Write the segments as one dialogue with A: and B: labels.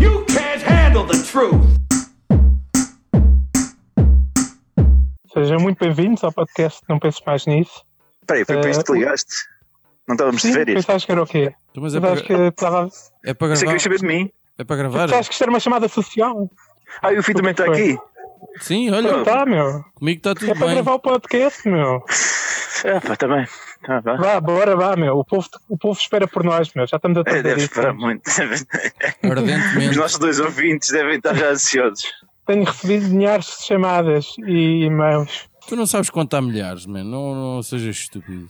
A: You can't handle the truth.
B: Sejam muito bem-vindos ao podcast Não Penses Mais Nisso.
C: Peraí, foi para isto que
B: Eh,
C: ligaste? Não estávamos de
B: Sim,
C: férias?
B: pensaste que era o quê?
D: Então, mas é para,
B: Pensaste que estava.
D: é para
C: Você
D: gravar?
C: queria saber de mim?
D: É para gravar?
B: Pensaste que isto era uma chamada social?
C: Ah, e o Fih também está
B: Como é que
C: aqui?
D: Sim,
B: Não
D: olha,
B: está, meu.
D: comigo está tudo
B: É para
D: bem.
B: gravar o podcast, meu.
C: Ah, pá, está bem. Tá, vá.
B: Vá, bora, vá, meu. O povo, o povo espera por nós, meu. Já estamos a
C: É,
B: tratar
C: deve
B: disso.
C: esperar muito.
B: um
C: Os
D: Ardentemente.
C: nossos dois ouvintes devem estar já ansiosos.
B: Tenho recebido milhares de chamadas e e-mails.
D: Tu não sabes contar milhares, man. Não, não sejas estúpido.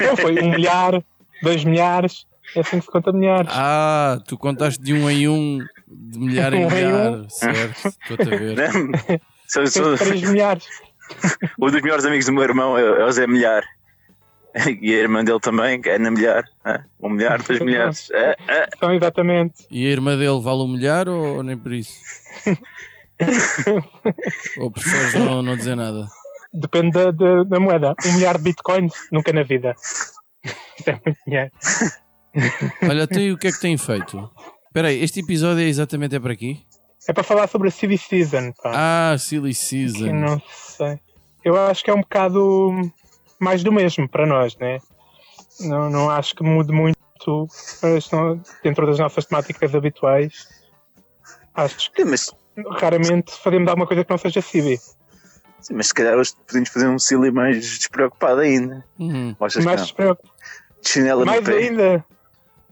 B: Não foi um milhar, dois milhares. É assim que se conta milhares.
D: Ah, tu contaste de um em um, de milhar em
B: Um em um.
D: milhar. Certo, estou-te a ver.
C: Não? Sou, sou,
B: Tens três milhares.
C: né? um dos melhores amigos do meu irmão é, é o Zé Milhar. E a irmã dele também, que é Ana Milhar. Ah, um milhar, dois milhares. Ah, ah.
B: São Então, exatamente.
D: E a irmã dele vale um milhar ou, ou nem por isso? ou preferes não, não dizer nada?
B: Depende da, da- da moeda. Um milhar de bitcoins, nunca na vida. Isso é muito dinheiro.
D: Olha, tu e o que é que têm feito? Espera aí, este episódio é exatamente é para aqui?
B: É para falar sobre a Silly Season, pá.
D: Ah, Silly
B: Que eu
D: Season.
B: não sei. Eu acho que é um bocado mais do mesmo para nós, né? Não, não acho que mude muito mas não- dentro das nossas temáticas habituais. Acho que
C: Sim, Mas,
B: raramente fazemos alguma coisa que não seja Civi.
C: sim, mas se calhar hoje podemos fazer um Silly mais despreocupado ainda.
D: Uhum.
C: Ou achas que
B: Mas
C: não? De chinela no
B: mais
C: pé.
B: ainda,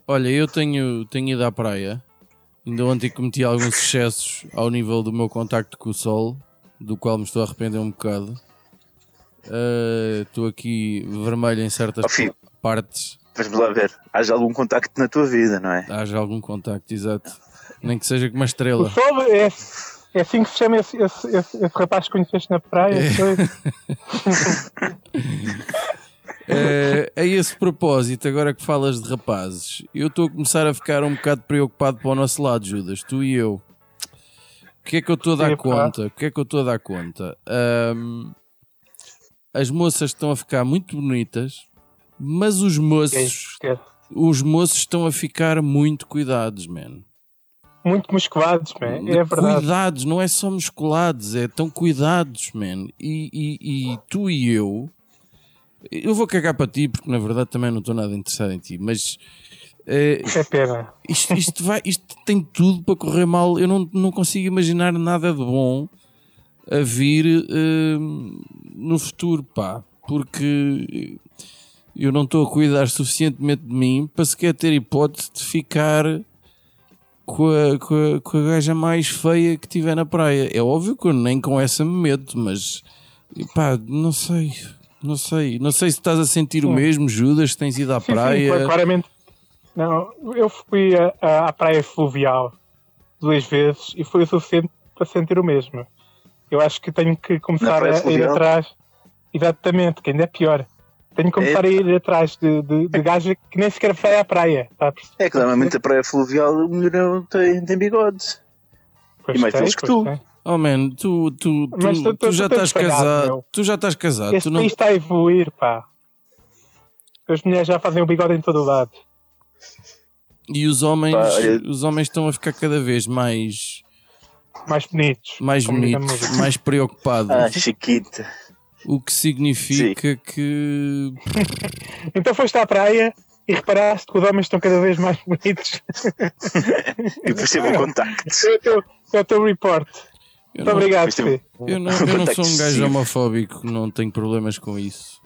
D: Olha, eu tenho, tenho ido à praia. Ainda ontem cometi alguns excessos ao nível do meu contacto com o sol, do qual me estou a arrepender um bocado. Ah, Estou aqui vermelho em certas
C: Ó, filho.
D: pa- partes.
C: Vamos lá ver. Haja algum contacto na tua vida, não é?
D: Haja algum contacto, exato. Nem que seja com uma
B: o
D: estrela.
B: Sol é, é assim que se chama esse, esse, esse, esse rapaz que conheceste na praia.
D: É.
B: foi?
D: Eh, a esse propósito, agora que falas de rapazes, eu estou a começar a ficar um bocado preocupado para o nosso lado, Judas, tu e eu. O que é que eu estou a dar
B: Epá.
D: conta? O que é que eu estou a dar conta? Ahm, as moças estão a ficar muito bonitas, mas os moços,
B: É.
D: os moços estão a ficar muito cuidados, man.
B: Muito musculados, man. é verdade.
D: Cuidados, não é só musculados, é tão cuidados, man. E, e- e tu e eu, eu vou cagar para ti porque na verdade também não estou nada interessado em ti, mas eh,
B: É pena.
D: isto, isto vai, isto tem tudo para correr mal. Eu não, não consigo imaginar nada de bom a vir eh, no futuro, pá, porque eu não estou a cuidar suficientemente de mim para sequer ter hipótese de ficar com a, com a, com a gaja mais feia que tiver na praia. É óbvio que eu nem com essa me meto, mas pá, não sei. Não sei, não sei se estás a sentir o mesmo, Judas, se tens ido à
B: Sim, sim,
D: praia.
B: claro, claramente. Não, eu fui a- a- à praia fluvial duas vezes e foi o suficiente para sentir o mesmo. Eu acho que tenho que começar
C: praia
B: a, ir
C: fluvial?
B: atrás. Exatamente, que ainda é pior. Tenho que começar a ir atrás de, de, de gaja que nem sequer vai à praia. tá? Está a perceber?
C: É que normalmente a praia fluvial o melhorão tem, tem bigode.
B: Pois
C: e mais
B: tem,
C: eles que
B: pois
C: tu.
B: tem.
D: Oh man, tu, tu, tu,
B: Mas tu-
D: tu
B: tu-
D: já
B: tu tens
D: estás
B: falhado,
D: casado.
B: meu.
D: Tu já estás casado.
B: Este
D: tu não...
B: país está a evoluir, pá. As mulheres já fazem o bigode em todo o lado.
D: E os homens,
C: Pá, é- olha-
D: os homens estão a ficar cada vez mais,
B: Mais bonitos.
D: mais
B: como diz a
D: bonitos,
B: música.
D: mais preocupados.
C: Ah, Chiquita.
D: O que significa que.
B: Então foste à praia e reparaste que os homens estão cada vez mais bonitos.
C: E percebo o contacto.
B: É o teu, é o teu report.
D: Eu
B: Muito
D: não,
B: obrigado,
C: Percebo.
B: Fê.
D: eu não, eu não sou um gajo
C: Sim.
D: homofóbico, não tenho problemas com isso.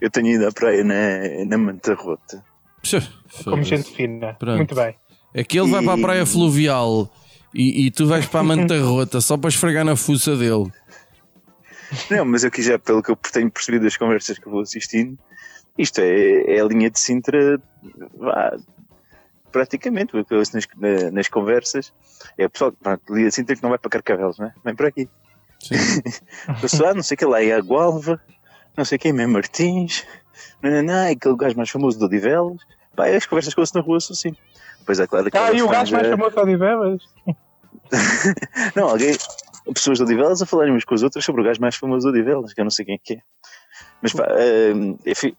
C: Eu tenho ido à praia na, na Manta Rota.
D: Psha,
B: Como
D: foda-se.
B: gente fina.
D: Pronto.
B: Muito bem.
D: É que ele vai para a
C: E-
D: praia fluvial e, e tu vais para a manta rota só para esfregar na fuça dele.
C: Não, mas eu aqui já, pelo que eu tenho percebido das conversas que eu vou assistindo, isto é, é a linha de Sintra, vá, praticamente, o que eu ouço nas, na- nas conversas. É o pessoal, pronto, linha de Sintra que não vai para Carcavelos, não é? Vem para aqui.
D: Sim.
C: Pessoal, não sei o que lá, é a Gualva, não sei quem, é Martins, não, não, não, é aquele gajo mais famoso do Odivelas. Pá, as conversas que eu ouço na rua são assim. Pois é, claro que
B: Ah, e o gajo mais famoso
C: famoso
B: de Odivelas?
C: Não, alguém. Pessoas de Odivelas a falarem umas com as outras sobre o gajo mais famoso de Odivelas, que eu não sei quem é que é. Mas pá, hum, enfim.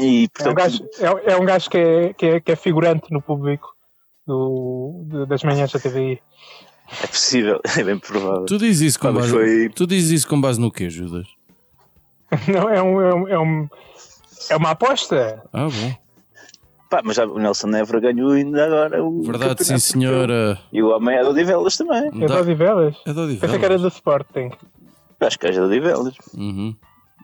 C: E
B: É um
C: portanto.
B: gajo, é, é um gajo que, é, que, é, que é figurante no público do, de- das manhãs da TVI.
C: É possível, é bem provável.
D: Tu dizes isso
C: Pá,
D: com
C: Ah, mas
D: base,
C: foi-
D: tu dizes isso com base no quê, Judas?
B: Não, é, um, é, um, é, um, é uma aposta.
D: Ah, bom.
C: Pá, mas já, o Nelson Neves ganhou ainda agora o.
D: Verdade, sim,
C: campeonato.
D: senhora.
C: E o homem é de Odivelas também.
B: É de
D: Dá-
B: Odivelas.
D: É da
B: Pensei que era
D: Odivelas.
B: do Sporting.
C: Acho que é de Odivelas.
D: Uhum.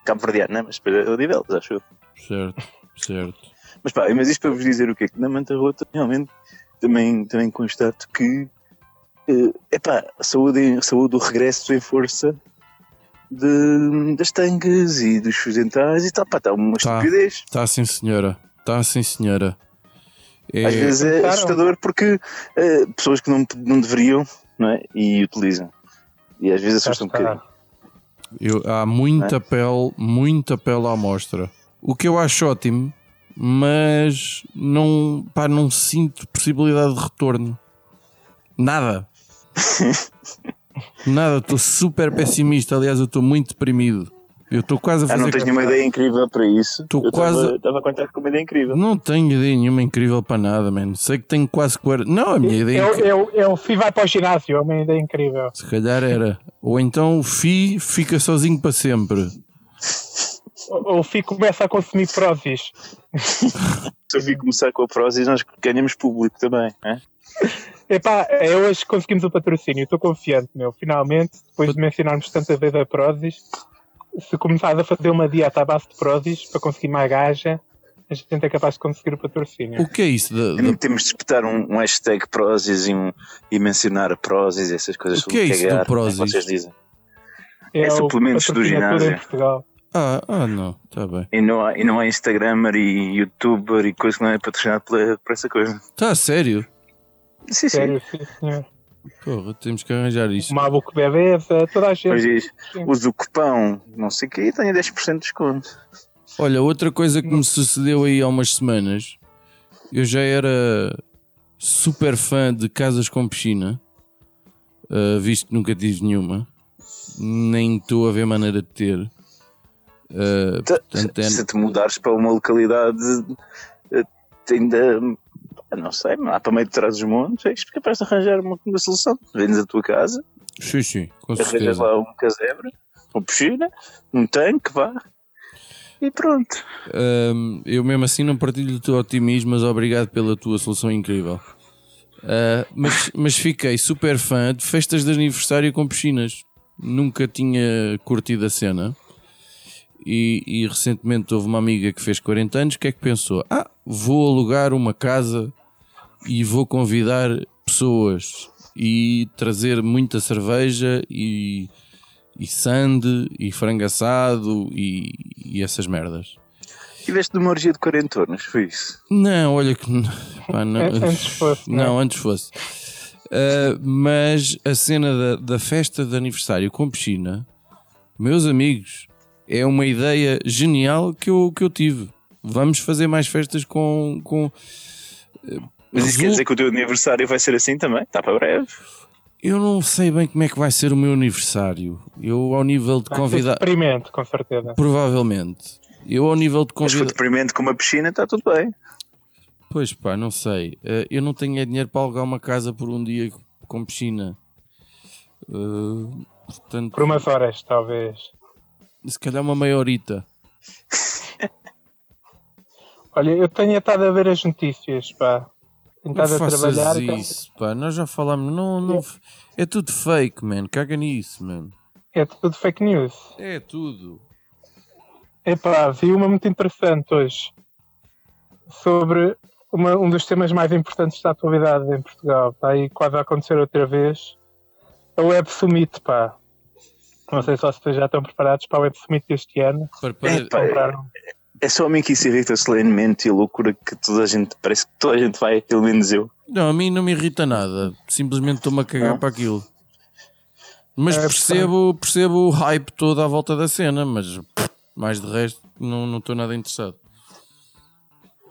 C: Cabo Verdeano, né? Mas depois é de Odivelas, acho eu.
D: Certo, certo.
C: Mas pá, mas isto para vos dizer o quê? Que na Manta Rota realmente também, também constato que eh, epá, a saúde, em- a saúde do regresso em força de- das tangas e dos fuzentais e tal, pá, está uma
D: Tá.
C: estupidez.
D: Está sim, senhora. Está sim, senhora. É-
C: Às vezes é
B: Claro.
C: assustador porque eh, pessoas que não, não deveriam não é? e utilizam. E às vezes assusta um
B: Tá,
C: bocadinho.
D: Eu- há muita
C: é?
D: pele, muita pele à amostra. O que eu acho ótimo, mas não, pá, não sinto possibilidade de retorno. Nada. Nada, estou super pessimista. Aliás, eu estou muito deprimido. Eu estou quase a
C: Ah,
D: fazer.
C: não tens nenhuma ideia incrível para isso.
D: é. Tu
C: Eu
D: quase-
C: estava- Estava a contar com uma ideia incrível.
D: Não tenho ideia nenhuma incrível para nada, mano. Sei que tenho quase 40. Não, a minha ideia.
B: Eu, eu, eu fui vai para É o ginásio, é uma ideia incrível.
D: Se calhar era. Ou então o Fi fica sozinho para sempre.
B: Ou ou fico começa a consumir prósis.
C: Se eu vi começar com a prosa e nós ganhamos público também. né?
B: Epá, é hoje que conseguimos o patrocínio, estou confiante, meu. Finalmente, depois de mencionarmos tanta vez a prósis, se começares a fazer uma dieta à base de prósis para conseguir mais gaja, a gente é capaz de conseguir o patrocínio.
D: O que é isso? Da, da-
C: Temos de espetar um, um hashtag prosis e, um- e mencionar a prosis e essas coisas
D: O que é isso do
C: cagar, como
D: Prozis?
C: vocês dizem.
B: É, o
C: suplementos do
B: patrocinatura
C: ginásio.
B: Em Portugal.
D: Ah, ah, não. Está bem.
C: E não, há, e não há Instagrammer e youtuber e coisa que não é patrocinado pela- por essa coisa.
D: Está Tá a sério?
C: Sim, sim.
B: Sério, sim, senhor.
D: Porra, temos que arranjar isso.
B: O Mabuco Bebeza, toda a gente.
C: Depois diz, usa o cupão, não sei o quê, e tenho 10% de desconto.
D: Olha, outra coisa que me sucedeu aí há umas semanas, eu já era super fã de casas com piscina, uh, visto que nunca tive nenhuma, nem estou a ver maneira de ter. Uh,
C: Tá,
D: portanto, é-
C: Se te mudares para uma localidade eh, ainda. ah, Não sei, lá para meio de trás dos montes, és capaz de arranjar uma, uma solução. Vendes a tua casa,
D: sim, sim, com
C: Arranjas
D: certeza.
C: lá um casebre, uma piscina, um tanque, vá. E pronto.
D: Um, eu mesmo assim não partilho do teu otimismo, mas obrigado pela tua solução incrível. Uh, mas, mas fiquei super fã de festas de aniversário com piscinas. Nunca tinha curtido a cena. E, e recentemente houve uma amiga que fez 40 anos que é que pensou: Ah, vou alugar uma casa e vou convidar pessoas e trazer muita cerveja e, e sande e frango assado e- e essas merdas.
C: Tiveste numa orgia de 40 anos, foi isso.
D: Não, olha que. n- pá, não,
B: An- antes fosse, não é?
D: Não, antes fosse. Ah, mas a cena da, da festa de aniversário com piscina, meus amigos, é uma ideia genial que eu, que eu tive. Vamos fazer mais festas com. com...
C: Mas isso quer
D: Resu-
C: dizer que o teu aniversário vai ser assim também? Está para breve.
D: Eu não sei bem como é que vai ser o meu aniversário. Eu, ao nível de convidar.
B: Experimento, com certeza.
D: Provavelmente. Eu, ao nível de
C: Mas foi
D: convidar.
C: deprimente com uma piscina, está tudo bem.
D: Pois pá, não sei. Eh, eu não tenho é dinheiro para alugar uma casa por um dia com piscina. Eh, portanto,
B: Por umas horas, talvez.
D: se calhar uma maiorita.
B: Olha, eu tenho estado a ver as notícias, pá. Tenho
D: Não
B: estado a
D: faças
B: trabalhar. então.
D: isso, pá. Nós já falámos. Não, não, é tudo fake, man. Caga nisso, man.
B: É tudo fake news.
D: É tudo.
B: Epá, vi uma muito interessante hoje sobre uma- um dos temas mais importantes da atualidade em Portugal. Está aí quase a acontecer outra vez. A Web Summit, pá. Não sei só se vocês já estão preparados para a Web Summit deste ano.
D: Para- para-
C: Epá.
B: Compraram.
C: É só a mim que isso irrita solenemente e a loucura que toda a gente, parece que toda a gente vai, pelo menos eu.
D: Não, a mim não me irrita nada. Simplesmente estou-me a cagar
C: Não?
D: para aquilo. Mas
B: É,
D: percebo, percebo o hype todo à volta da cena, mas pff, mais de resto não não estou nada interessado.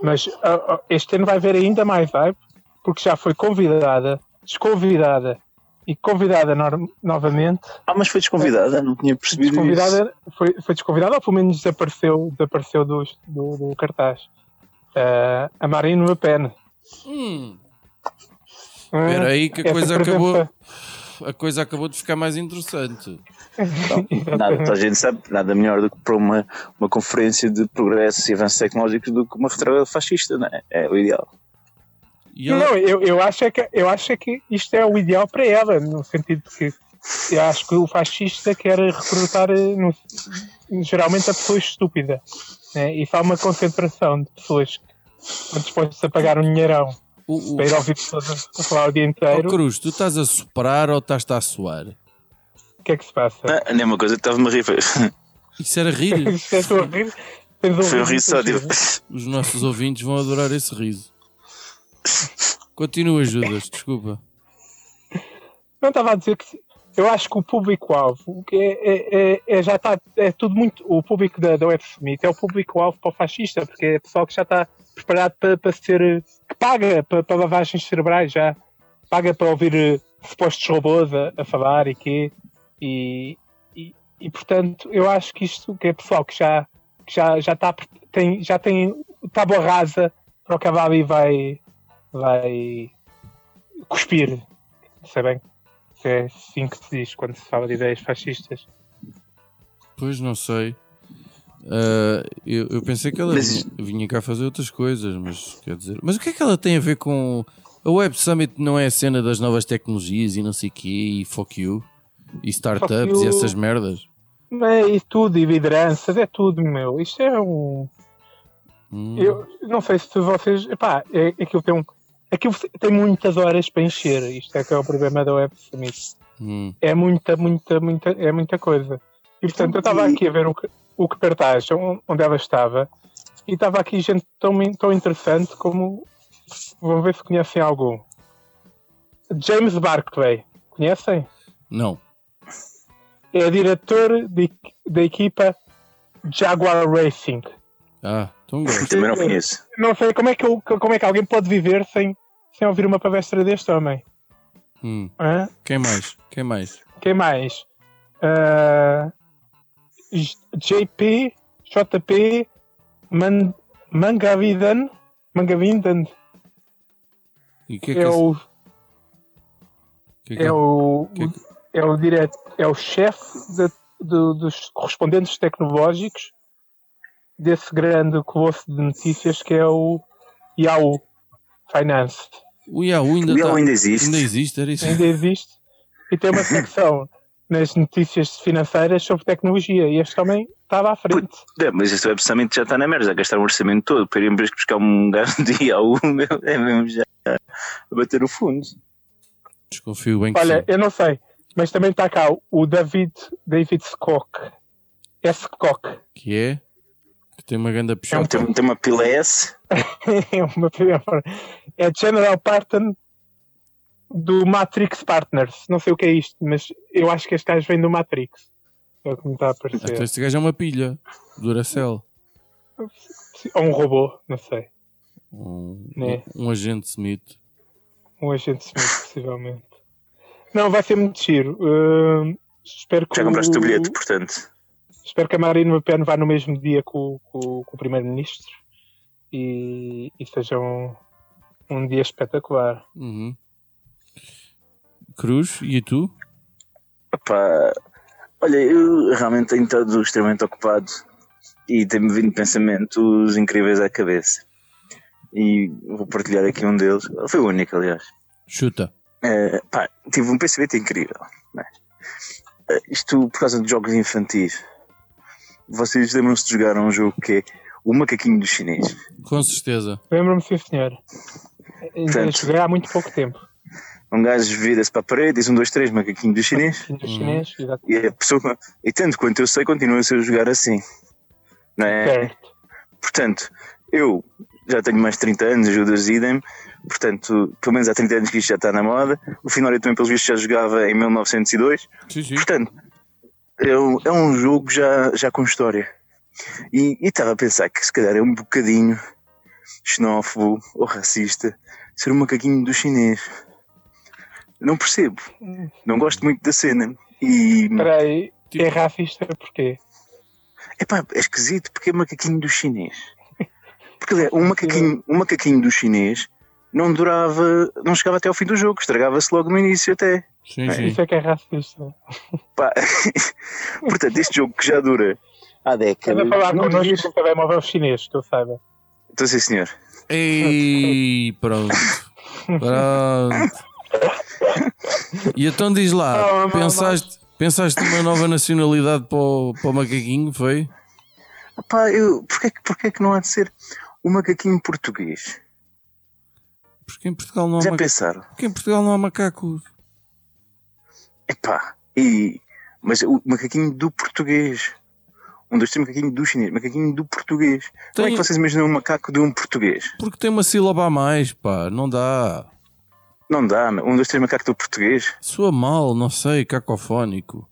B: Mas ah, ah, este ano vai haver ainda mais hype, porque já foi convidada, desconvidada e convidada nor- novamente.
C: Ah, mas foi desconvidada, não tinha percebido isso.
B: Desconvidada, foi, foi desconvidada ou pelo menos desapareceu, desapareceu do, do, do cartaz. Ah, a Marina Le Pen.
D: Hum,
B: Ah,
D: espera aí que a
B: essa
D: coisa
B: por exemplo,
D: acabou. A coisa acabou de ficar mais interessante.
C: Nada, toda a gente sabe, nada melhor do que para uma, uma conferência de progresso e avanços tecnológicos do que uma retrograda fascista, não é? É o ideal.
D: E
B: Não,
D: ela-
B: não, eu, eu, acho é que, eu acho é que isto é o ideal para ela, no sentido que eu acho que o fascista quer recrutar eh, no- geralmente a pessoa estúpida. Né? E há uma concentração de pessoas que estão dispostas a pagar um dinheirão
D: o, o,
B: para ir ouvir pessoas a falar o dia
D: Oh,
B: inteiro.
D: Cruz, tu estás a soprar ou estás-te a suar?
B: O que é que se passa?
C: Ah, a mesma coisa, estava-me a rir.
D: Isso era rir.
B: Isto é tu a rir? Tens
C: Foi um
B: ouvido
C: riso só,
B: muitas
C: tipo.
B: vezes.
D: Os nossos ouvintes vão adorar esse riso. Continua, Judas, desculpa.
B: Não estava a dizer que se- eu acho que o público-alvo que é, é- é- é- já está é tudo muito. O público da, da Web Summit é o público-alvo para o fascista, porque é pessoal que já está preparado para, para ser. eh, que paga para, para lavagens cerebrais já, paga para ouvir eh, supostos robôs a, a falar e quê. E, e, e, portanto eu acho que isto que é pessoal que já, que já, já está pre- tem, já tem tábua rasa para o cavalo e vai, vai cuspir. Sabem? Se é assim que se diz quando se fala de ideias fascistas.
D: Pois não sei. Ah, eu, eu pensei que ela
C: Mas-
D: vinha, vinha cá fazer outras coisas, mas quer dizer. Mas o que é que ela tem a ver com. A Web Summit não é a cena das novas tecnologias e não sei quê, e fuck you, e startups
B: Fuck
D: e
B: you.
D: essas merdas.
B: Mas e tudo, e lideranças, é tudo, meu. Isto é um.
D: Hum.
B: Eu não sei se vocês. Epá, é, aquilo tem um. Aquilo tem muitas horas para encher. Isto é que é o problema da Web Summit.
D: Hum.
B: É muita, muita, muita, é muita coisa. E portanto, eu estava aqui a ver o, que- o cartaz on- onde ela estava e estava aqui gente tão, in- tão interessante como. Vão ver se conhecem algum. James Barclay. Conhecem?
D: Não.
B: é diretor de- da equipa Jaguar Racing.
D: Ah, tão gosto.
C: Também não conheço.
B: Não sei como é que, eu- como é que alguém pode viver sem, sem ouvir uma palestra deste homem.
D: Hum.
B: hã?
D: Quem mais? Quem mais?
B: Quem mais? Ah, J- JP, JP, Man, Mangavidan, Mangavindan
D: E o que
B: é,
D: é que esse-
B: o,
D: que é que-
B: é o,
D: que é que-
B: é o, dire- é o chefe da- do- dos correspondentes tecnológicos desse grande colosso de notícias que é o Yahoo Finance.
D: O Yahoo ainda,
C: O Yahoo
D: tá-
C: ainda existe.
D: Ainda existe, era isso.
B: Ainda existe e tem uma secção nas notícias financeiras sobre tecnologia e este homem estava à frente.
C: É, mas esse Web Summit já está na merda, já gastaram o orçamento todo para ir em vez de buscar um gajo de Yahoo, meu, é mesmo já a bater o fundo.
D: Desconfio bem que
B: Olha,
D: sim.
B: eu não sei, mas também está cá o David, David Scott. S. Cock.
D: Que é? Que tem uma grande
B: É um
D: pichota.
C: Tem, tem uma pila S,
B: É uma primeira forma. É General Patton do Matrix Partners. Não sei o que é isto, mas eu acho que este gajo vem do Matrix. É o que me está a
D: Então
B: parecer.
D: este gajo é uma pilha. Duracell.
B: Ou um robô, não sei.
D: Um,
B: Né.
D: um, um agente Smith.
B: Um agente Smith, possivelmente. Não, vai ser muito giro. Hum, espero que
C: já compraste o teu
B: o-
C: bilhete, portanto.
B: Espero que a Marine Le Pen vá no mesmo dia que o, que o- que o Primeiro-Ministro e, e seja um, um dia espetacular.
D: Uhum. Cruz, e tu?
C: Epá, olha, eu realmente tenho estado extremamente ocupado e tem-me vindo pensamentos incríveis à cabeça. E vou partilhar aqui um deles, foi o único, aliás.
D: Chuta.
C: Eh, pá, tive um pensamento incrível. né? Eh, isto por causa de jogos infantis. Vocês lembram-se de jogar um jogo que é O Macaquinho dos Chinês?
D: Com certeza.
B: Lembro-me, sim, senhor. Ainda
C: Portanto-
B: joguei há muito pouco tempo.
C: Um gajo vira-se para a parede, diz um, dois, três, Macaquinho dos Chinês.
D: Uhum.
B: Filhos chinês,
C: E é a pessoa, e tanto quanto eu sei, continua-se a jogar assim. Não é?
B: Certo.
C: Portanto, eu já tenho mais de 30 anos, Judas Idem, portanto, pelo menos há 30 anos que isto já está na moda. O Finório também, pelos vistos, já jogava em 1902.
D: Sim, sim.
C: Portanto, é um, é um jogo já, já com história. E e estava a pensar que se calhar é um bocadinho xenófobo ou racista ser um macaquinho do chinês. Não percebo. Não gosto muito da cena. E
B: Espera aí,
D: Tipo-
B: é racista porquê?
C: epá, é esquisito porque é macaquinho do chinês. Porque ele é, um, macaquinho, um macaquinho do chinês não durava, não chegava até ao fim do jogo, estragava-se logo no início até.
D: Sim, sim.
B: Isso é que é racista.
C: Pá. Portanto, este jogo que já dura há
B: Estás
C: décadas.
B: a falar
C: não
B: connosco
C: devia-
B: com um telemóvel chinês, que eu saiba.
C: Então, sim, senhor.
D: Ei, pronto. Pronto. E então diz
B: Não,
D: lá,
B: não,
D: pensaste, pensaste numa nova nacionalidade para o, para o macaquinho, foi?
C: Pá, eu, porquê, que- porquê que não há de ser um macaquinho português?
D: Porque em Portugal não há,
C: Já
D: maca...
C: pensaram?
D: Porque em Portugal não há macacos.
C: Epá, e. Mas o macaquinho do português. Um dos três macaquinho do chinês, macaquinho do português. Como é
D: Tem-
C: que vocês imaginam um macaco de um português?
D: Porque tem uma sílaba a mais, pá, não dá.
C: Não dá, meu. um dos três macaco do português.
D: Soa mal, não sei, cacofónico.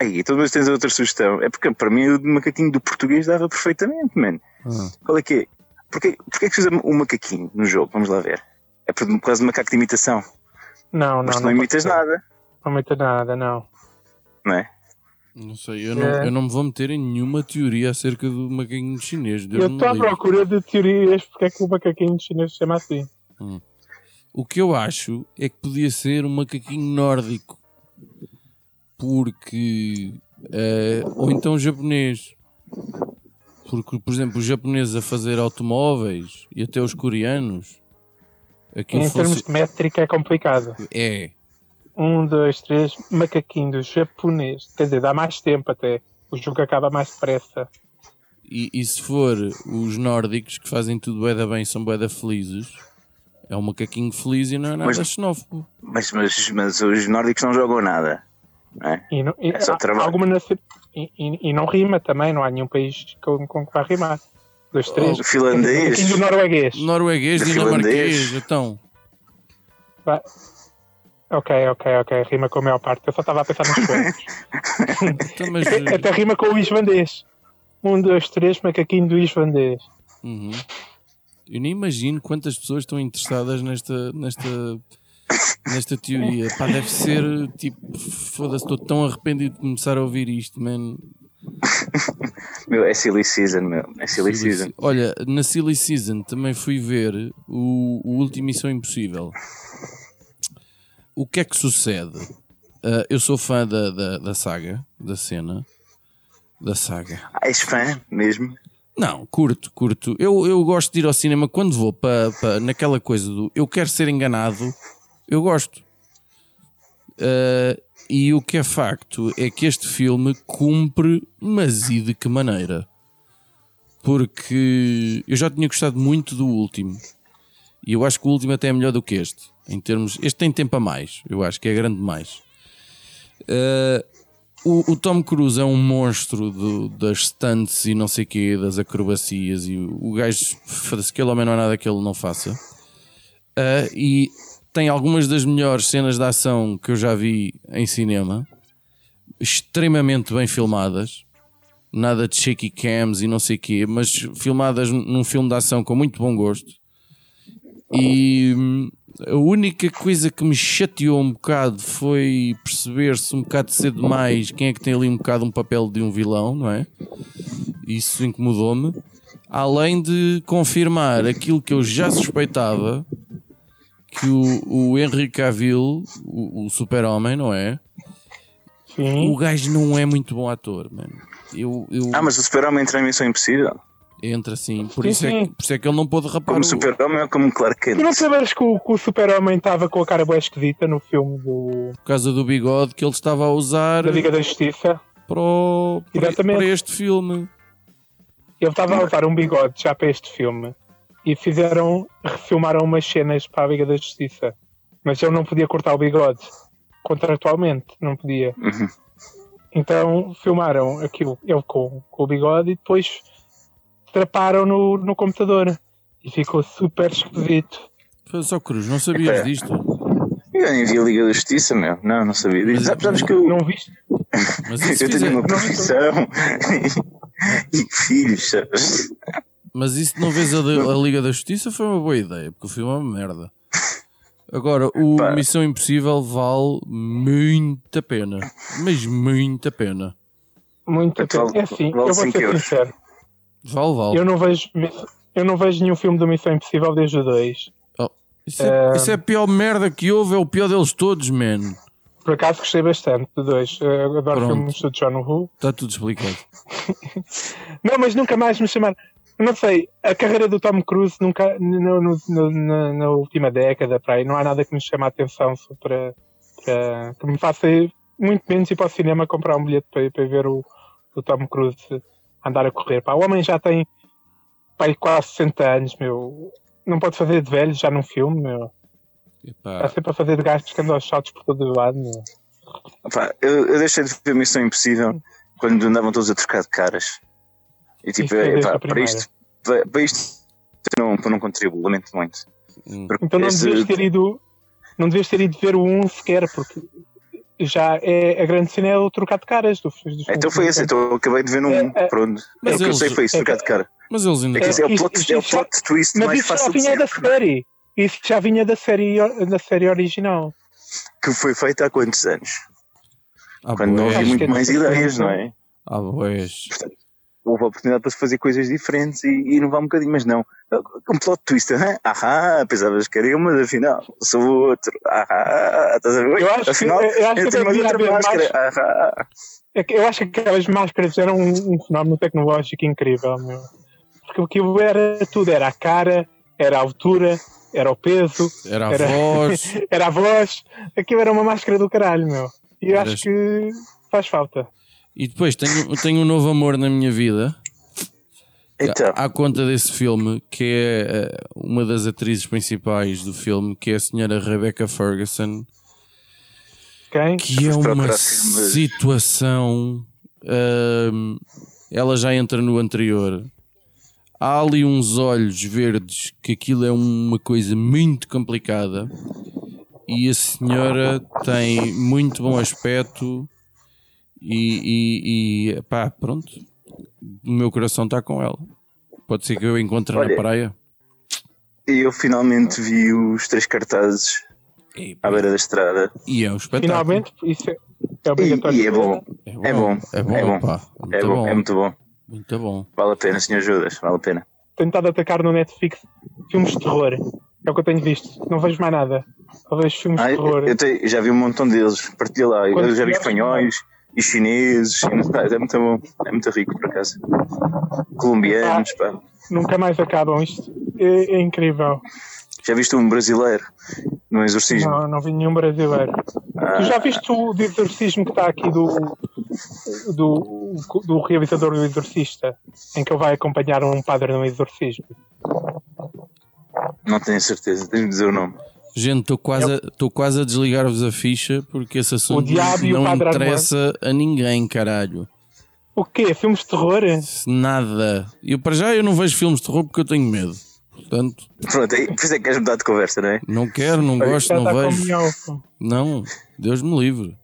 C: Aí, então mas tens outra sugestão. É porque para mim o macaquinho do português dava perfeitamente, mano.
D: Ah.
C: Qual é que é? Porquê, porquê que se usa um macaquinho no jogo? Vamos lá ver. É por por causa do macaco de imitação.
B: Não, não.
C: mas tu não,
B: pode
C: imitas
B: ser.
C: nada,
B: Não imitas nada, não.
C: não é?
D: Não sei, eu não,
B: É.
D: eu não me vou meter em nenhuma teoria acerca do macaquinho chinês. Deus
B: eu
D: me
B: estou à
D: livre.
B: procura de teorias porque é que o macaquinho chinês se chama assim.
D: O que eu acho é que podia ser um macaquinho nórdico. Porque. eh, ou então japonês. Porque, por exemplo, os japoneses a fazer automóveis e até os coreanos. Aquilo
B: em termos
D: fosse...
B: de métrica é complicado.
D: É.
B: Um, dois, três, macaquinho do japonês. Quer dizer, dá mais tempo até. O jogo acaba mais depressa.
D: E, e se for os nórdicos que fazem tudo bué da bem e são bué da felizes, é um macaquinho feliz e não é nada
C: Mas-
D: xenófobo.
C: Mas, mas, mas os nórdicos não jogam nada. Não é?
B: E, não, e,
C: É só
B: há-
C: trabalho.
B: alguma nasce- e, e- e não rima também, não há nenhum país com, com que vá rimar. Dois, três.
C: O finlandês.
B: Macaquinho do norueguês.
D: Norueguês,
C: Finlandês.
D: dinamarquês, então.
B: Vai. Ok, ok, ok. Rima com a maior parte. Eu só estava a pensar nos coisas.
D: então mas,
B: até, até rima com o islandês. Um, dois, três, macaquinho do islandês.
D: Uhum. Eu nem imagino quantas pessoas estão interessadas nesta, nesta, nesta teoria. Pá, deve ser tipo, foda-se, estou tão arrependido de começar a ouvir isto, man.
C: Meu, é silly season, meu. É silly,
D: Silly
C: season.
D: Se- Olha, na Silly Season também fui ver o, o último Missão Impossível. O que é que sucede? Ah, eu sou fã da, da, da saga, da cena, da saga.
C: Ah, és fã mesmo?
D: Não, curto, curto. Eu, eu gosto de ir ao cinema quando vou para naquela coisa do eu quero ser enganado, eu gosto. Ah, e o que é facto é que este filme cumpre, mas e de que maneira? Porque eu já tinha gostado muito do último. E eu acho que o último até é melhor do que este. Em termos. Este tem tempo a mais, eu acho que é grande mais. O, o Tom Cruise é um monstro do- das stunts e não sei quê, das acrobacias e o, o gajo, foda-se, aquele homem não há nada que ele não faça. Ah, e tem algumas das melhores cenas de ação que eu já vi em cinema, extremamente bem filmadas, nada de shaky cams e não sei quê, mas filmadas num- num filme de ação com muito bom gosto. E hum, a única coisa que me chateou um bocado foi perceber-se um bocado cedo demais quem é que tem ali um bocado um papel de um vilão, não é? Isso incomodou-me. Além de confirmar aquilo que eu já suspeitava, que o, o Henry Cavill, o, o super-homem, não é?
B: Sim.
D: O gajo não é muito bom ator, mano. Eu, eu
C: Ah, mas o super-homem entra em missão impossível.
D: entra assim, por
B: Sim,
D: isso, é
B: sim.
D: que, por isso é que ele não pôde rapar
C: Como
D: o-
C: super-homem ou como Clark Kent?
B: Tu não sabes que o, que o super-homem estava com a cara boa esquisita no filme do,
D: por causa do bigode que ele estava a usar.
B: da Liga da Justiça?
D: para, o- para-
B: Exatamente.
D: para este filme.
B: Ele estava a usar um bigode já para este filme e fizeram, refilmaram umas cenas para a Liga da Justiça. Mas ele não podia cortar o bigode. Contratualmente, não podia.
C: Uhum.
B: Então filmaram aquilo, ele com, com o bigode e depois traparam no, no computador. E ficou super esquisito.
D: Foi Só Cruz, não sabias
C: Epá.
D: disto?
C: Eu nem vi a Liga da Justiça, meu. Não, não sabia disso. Sabes, sabes que eu,
B: Não viste?
D: Mas
C: eu
D: isso,
C: tenho
D: fizer-
C: uma profissão e filhos, sabes?
D: mas isso de não vês a, da- a Liga da Justiça foi uma boa ideia, porque o filme é uma merda. Agora, o
C: Pá.
D: Missão Impossível vale muita pena. Mas muita pena.
B: Muita
C: Vale-
B: pena. É assim,
C: vale
B: eu vou
C: cinco
B: ser
C: euros.
B: sincero.
D: Vale, vale.
B: Eu não, vejo, eu não vejo nenhum filme do Missão Impossível desde o 2.
D: Isso, é,
C: Ah.
D: isso é a pior merda que houve, é o pior deles todos, man.
B: Por acaso gostei bastante do 2. Adoro
D: Pronto.
B: filmes do John Woo.
D: Está tudo explicado.
B: Não, mas nunca mais me chamaram. Não sei, a carreira do Tom Cruise nunca, no, no- no- na, na última década, para aí, não há nada que me chame a atenção só para, para- que me faça ir muito menos ir para o cinema comprar um bilhete para, ir- para ver o, o Tom Cruise andar a correr. Pá, o homem já tem pá, aí quase 60 anos, meu. Não pode fazer de velho já num filme, meu. Está
D: Epá,
B: sempre a fazer de gastos que andam aos saltos por todo o lado, meu.
C: Pá, eu, eu deixei de ver Missão Impossível quando andavam todos a trocar de caras. E tipo,
B: Isso é
C: é,
B: desde
C: pá,
B: a
C: para
B: primeira.
C: isto, para, para isto eu não, eu não contribuo, lamento muito.
D: Hum.
C: Porque
B: Então não
C: esse-
B: devias ter ido. Não devias ter ido ver o 1 sequer, porque já é a grande cena é o trocar de caras do, dos
C: Então foi esse, então eu acabei de ver num.
B: É, é.
C: pronto. é,
D: Mas
C: o que eu
D: eles-
C: sei foi isso,
B: é
C: trocar
B: que-
C: de cara.
D: Mas eles ainda.
C: É que esse é o
B: Isso-
C: plot,
B: isso-
C: é o
B: isso-
C: plot twist
B: Mas
C: mais
B: isso já
C: fácil de
B: vinha da
C: sempre,
B: série. Isso já vinha da série, da série original.
C: que foi feito há quantos anos?
D: Há
C: Quando não havia
D: boés,
C: muito mais ideias, não é?
D: há boés.
C: Houve a oportunidade para se fazer coisas diferentes e, e inovar um bocadinho, mas não. Um plot twist, hã? ahá, pensavas que era uma, mas afinal sou outro, ahá, estás a ver?
B: Eu acho que-
C: afinal,
B: eu acho que
C: tenho mais
B: devia
C: outra
B: haver
C: máscara, ahá.
B: É que Eu acho que aquelas máscaras eram um, um fenómeno tecnológico incrível, meu. Porque aquilo era tudo, era a cara, era a altura, era o peso,
D: Era a
B: Era-
D: voz.
B: era a voz. Aquilo era uma máscara do caralho, meu. E eu
D: Era-
B: acho que faz falta.
D: E depois tenho, tenho um novo amor na minha vida.
C: Então,
D: À conta desse filme, que é eh, uma das atrizes principais do filme, que é a senhora Rebecca Ferguson,
B: Quem?
D: que é
C: Vamos
D: uma
C: procurar filmes.
D: situação. ahm, ela já entra no anterior. Há ali uns olhos verdes que aquilo é uma coisa muito complicada. E a senhora tem muito bom aspecto. E, e, e, pá, pronto. O meu coração está com ela. Pode ser que eu a encontre na
C: Olha,
D: praia.
C: eu finalmente vi os três cartazes
D: E,
C: à beira da estrada
D: e é um espetáculo.
B: Finalmente, isso é, é obrigatório.
C: e, e é bom,
D: É
C: bom,
D: É bom,
C: é bom.
D: pá. Muito
C: é
D: bom.
C: bom, é muito bom.
D: Muito bom.
C: Vale a pena, senhor Judas, vale a pena.
B: Tenho estado a atacar no Netflix filmes de terror. É o que eu tenho visto. Não vejo mais nada. Só vejo filmes
C: Ah,
B: de terror.
C: eu, eu te- já vi um montão deles, partilha lá. Eu
B: Quantos
C: já vi
B: milhões?
C: espanhóis e chineses, e não sei, é muito bom, é muito rico por acaso. Colombianos,
B: Ah.
C: pá.
B: Nunca mais acabam. Isto é, é incrível.
C: Já viste um brasileiro no exorcismo?
B: Não, não vi nenhum brasileiro.
C: Ah,
B: Tu já viste o de exorcismo que está aqui do, do, do realizador do Exorcista? Em que ele vai acompanhar um padre no exorcismo.
C: Não tenho certeza, tens de dizer o nome.
D: Gente, estou quase, a- tô quase a desligar-vos a ficha porque esse assunto
B: diabo e É o
D: não
B: Padre Armando.
D: interessa a ninguém, caralho.
B: O quê? Filmes de terror?
D: Se Nada. Eu para já eu não vejo filmes de terror porque eu tenho medo. Portanto,
C: Pronto, aí, por isso é que queres mudar de conversa, não é?
D: não quero, não gosto,
B: Já
D: não
B: está com
D: vejo.
B: minha alfa.
D: Não, Deus me livre.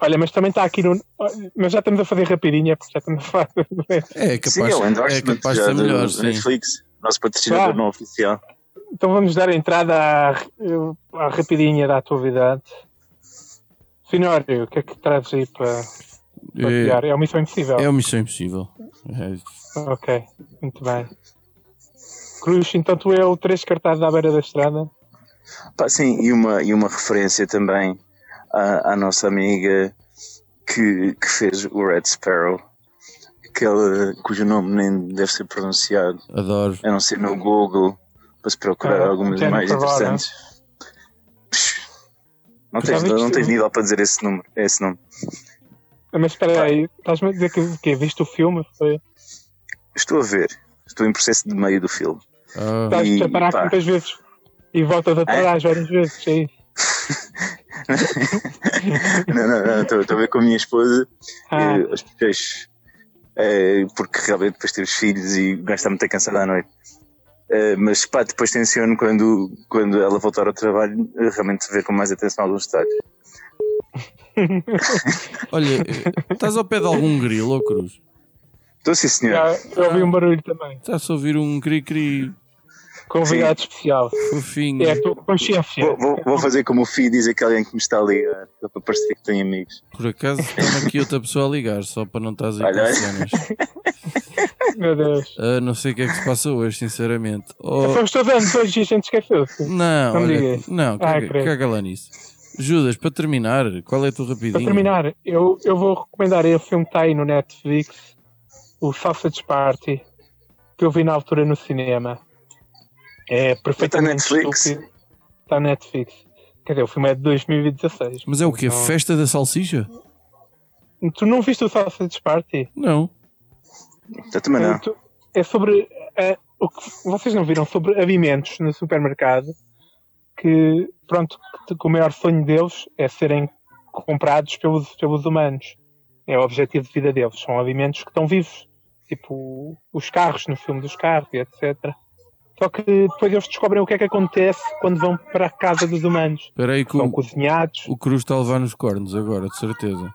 B: Olha, mas também está aqui no. Mas já estamos a fazer rapidinha, porque já estamos a falar.
D: É
C: Sim,
D: capaz,
C: é o
D: é
C: endorsement
D: capaz de
C: já
D: ser
C: do-
D: melhor,
C: do
D: sim.
C: Netflix, nosso patrocinador
B: Claro.
C: não oficial.
B: Então vamos dar entrada à, à rapidinha da atualidade. Finório, o que é que trazes aí para, para
D: É,
B: criar? É uma missão impossível?
D: é o Missão Impossível. É,
B: Ok, muito bem. Cruz, então tu é o três cartazes à beira da estrada.
C: Pá, sim, e uma, e uma referência também à, à nossa amiga que, que fez o Red Sparrow, aquela cujo nome nem deve ser pronunciado,
D: adoro.
C: a não ser no Google, para se procurar
B: Ah,
C: algumas
B: Jennifer
C: imagens
B: Lawrence.
C: interessantes. Psh, Não
B: Tu
C: tens,
B: já viste
C: não tens
B: o-
C: nível para dizer esse número, esse nome.
B: Ah, Mas espera aí, estás-me a dizer que, que viste o filme? Foi?
C: Estou a ver, estou em processo de meio do filme.
D: Ah,
B: Estás-te a
C: E,
B: parar
C: pá. É?
B: quantas vezes? E voltas atrás várias vezes. É isso.
C: não, não, não, estou estou a ver com a minha esposa
B: Ah,
C: eh, os peixes. Eh, porque realmente depois temos filhos e o gajo está muito cansado à noite. Eh, mas pá, depois tenciono quando, quando ela voltar ao trabalho, eh, realmente ver com mais atenção alguns detalhes.
D: olha, estás ao pé de algum grilo, ó Cruz?
C: Estou Então, sim, senhor.
D: Ah,
B: já, eu ouvi um barulho também.
D: Está-se a ouvir um cri-cri.
B: Convidado especial.
D: Fofinho.
B: É a tua consciência.
C: Vou, vou- vou fazer como o Fih diz aquele alguém que me está a ligar, só para parecer que tem amigos.
D: Por acaso está aqui outra pessoa a ligar, só para não estás aí
C: Olha,
D: com
C: olha.
D: cenas.
B: Meu Deus.
D: Ah, não sei o que é que se passa hoje, sinceramente.
B: Oh.
D: Oh,
B: Fomos todo ano, todos e a gente esqueceu-se.
D: não,
B: Não
D: olha,
B: digas.
D: não, caga,
B: Ah, credo.
D: caga lá nisso. Judas, para terminar, qual é a tua rapidinho?
B: Para terminar, eu, eu vou recomendar aí o filme que está aí no Netflix, o Sausage Party, que eu vi na altura no cinema. É perfeitamente
C: Netflix?
B: estúpido. Está na Netflix. Quer dizer, o filme é de 2016.
D: Mas é o quê?
B: Não.
D: Festa da salsicha?
B: Tu não viste o Sausage Party?
D: Não.
C: Eu Então, também não.
B: Tu- É sobre. eh, o que vocês não viram sobre alimentos no supermercado que, pronto, que, que o maior sonho deles é serem comprados pelos, pelos humanos. É o objetivo de vida deles. São alimentos que estão vivos. Tipo os carros, no filme dos carros, e etc. Só que depois eles descobrem o que é que acontece quando vão para a casa dos humanos.
D: Espera aí que
B: São
D: o,
B: cozinhados.
D: o Cruz está a levar nos cornos agora, de certeza.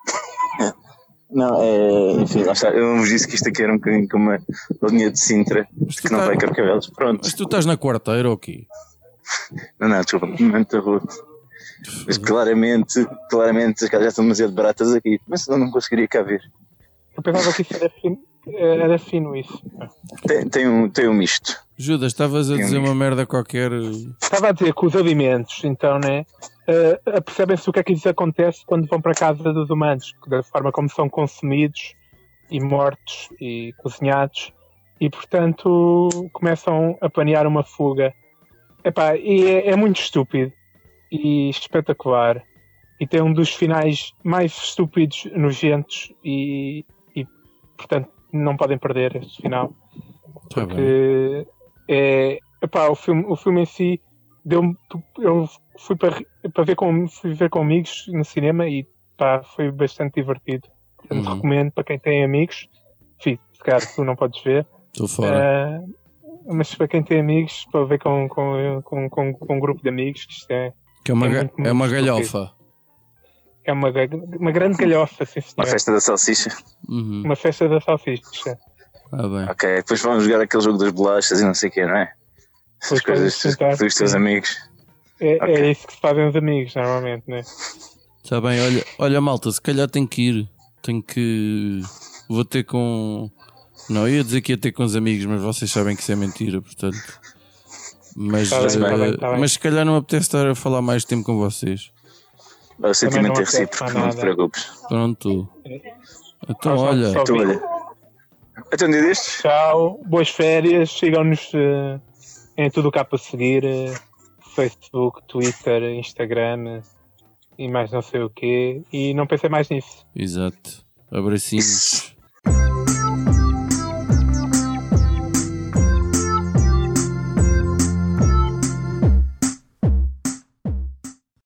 C: Não, é. Enfim, lá está. Eu vos disse que isto aqui era um bocadinho como a linha de Sintra,
D: Mas tu,
C: que não
D: tá-
C: vai carcavelos. Pronto.
D: mas tu estás na quarteira ou quê?
C: Não, não, desculpa, muito rude. Mas claramente, claramente, as casas já estão demasiado baratas aqui. Mas eu não conseguiria cá vir.
B: Eu pensava que isso era fino, era fino isso.
C: Tem, tem, um, tem um misto.
D: Judas, estavas a
C: Tem um
D: dizer uma
C: misto.
D: merda qualquer. eh,
B: Estava a dizer que os alimentos, então, né? eh, Percebem-se o que é que lhes acontece quando vão para a casa dos humanos, da forma como são consumidos e mortos e cozinhados, e portanto começam a planear uma fuga. Epá, e é, é muito estúpido e espetacular. E tem um dos finais mais estúpidos, nojentos e, e portanto não podem perder este final
D: Tá bem.
B: que é, epá, o, filme, o filme em si deu eu fui para ri- para ver com fui ver com amigos no cinema e pá, foi bastante divertido Portanto,
D: Uhum.
B: recomendo para quem tem amigos Fih, se calhar tu não podes ver
D: Estou fora.
B: eh, mas para quem tem amigos para ver com, com, com, com, com um grupo de amigos que isto é,
D: Que é uma,
B: é
D: ga-
B: muito,
D: é uma
B: muito
D: galhofa.
B: é uma, gra- uma grande galhofa sim,
C: Uma
B: senhor.
C: festa da salsicha.
D: Uhum.
B: uma festa da salsicha
D: Ah, bem.
C: Ok, depois vão jogar aquele jogo das bolachas e não sei o quê, não é? Essas
B: Depois
C: coisas
B: podem sentar.
C: dos teus amigos.
B: é,
C: Ok.
B: é isso que se fazem os amigos normalmente né?
D: Está Tá bem, olha, olha, malta, se calhar tenho que ir. Tenho que. Vou ter com. Não, eu ia dizer que ia ter com os amigos, mas vocês sabem que isso é mentira, portanto. Mas,
B: Tá bem,
D: eh,
B: tá bem, tá bem.
D: mas se calhar não me apetece estar a falar mais tempo com vocês.
C: O sentimento
B: não
C: é
B: afeta
C: recíproco,
B: nada.
C: não te preocupes.
D: Pronto. Então,
B: Nós vamos
D: olha.
B: só
C: Tu
B: ouvir.
C: olha. Então, dia destes?
B: Tchau, boas férias, sigam-nos eh, em tudo o que há para seguir, eh, Facebook, Twitter, Instagram eh, e mais não sei o quê. E não pensei mais nisso.
D: Exato. Abracinhos.